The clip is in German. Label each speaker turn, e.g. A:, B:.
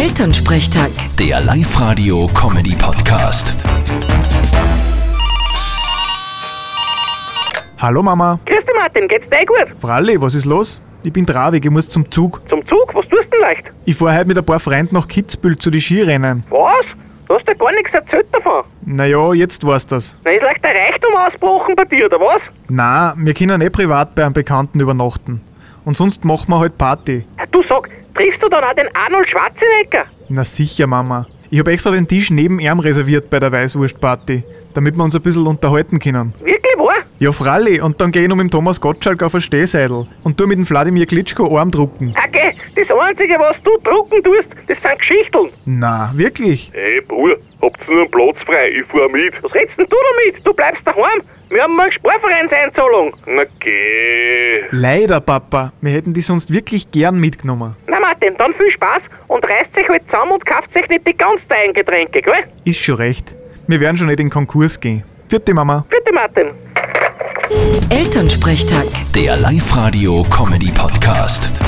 A: Elternsprechtag.
B: Der Live-Radio-Comedy-Podcast.
C: Hallo Mama,
D: Grüß dich, Martin, geht's dir eh gut?
C: Fralli, was ist los? Ich bin traurig, ich muss zum Zug.
D: Zum Zug, was tust du denn leicht?
C: Ich fahr heute mit ein paar Freunden nach Kitzbühel zu den Skirennen.
D: Was? Du hast ja gar nichts erzählt davon.
C: Naja, jetzt war's das.
D: Na, ist leicht der Reichtum ausgebrochen bei dir, oder was?
C: Na, wir können eh privat bei einem Bekannten übernachten. Und sonst machen wir halt Party.
D: Ja, Du sag, triffst du dann auch den Arnold Schwarzenegger?
C: Na sicher, Mama. Ich hab extra den Tisch neben ihm reserviert bei der Weißwurstparty, damit wir uns ein bisschen unterhalten können.
D: Wirklich wahr?
C: Ja, Fralli, und dann geh ich noch mit dem Thomas Gottschalk auf ein Stehseidel und tu mit dem Wladimir Klitschko Arm drucken.
D: Okay, das Einzige, was du drucken tust, das sind Geschichteln.
C: Na, wirklich?
E: Hey Bruder, habt ihr nur einen Platz frei? Ich fahr mit.
D: Was redst denn du damit? Du bleibst daheim. Wir haben morgen Sportvereinseinzahlung.
E: Na geh.
C: Leider, Papa. Wir hätten die sonst wirklich gern mitgenommen.
D: Na, Martin, dann viel Spaß und reißt euch halt zusammen und kauft euch nicht die ganz teuren Getränke, gell?
C: Ist schon recht. Wir werden schon nicht in Konkurs gehen. Vierte Mama.
D: Bitte, Martin.
A: Elternsprechtag.
B: Der Live-Radio-Comedy-Podcast.